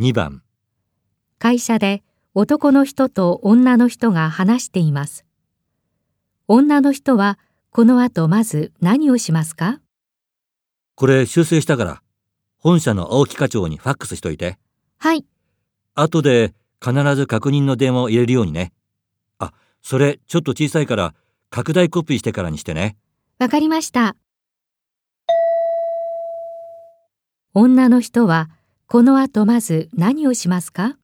2番会社で男の人と女の人が話しています。女の人はこの後まず何をしますかこれ修正したから本社の青木課長にファックスしといてはい、後で必ず確認の電話を入れるようにねあそれちょっと小さいから拡大コピーしてからにしてねわかりました。女の人はこの後まず何をしますか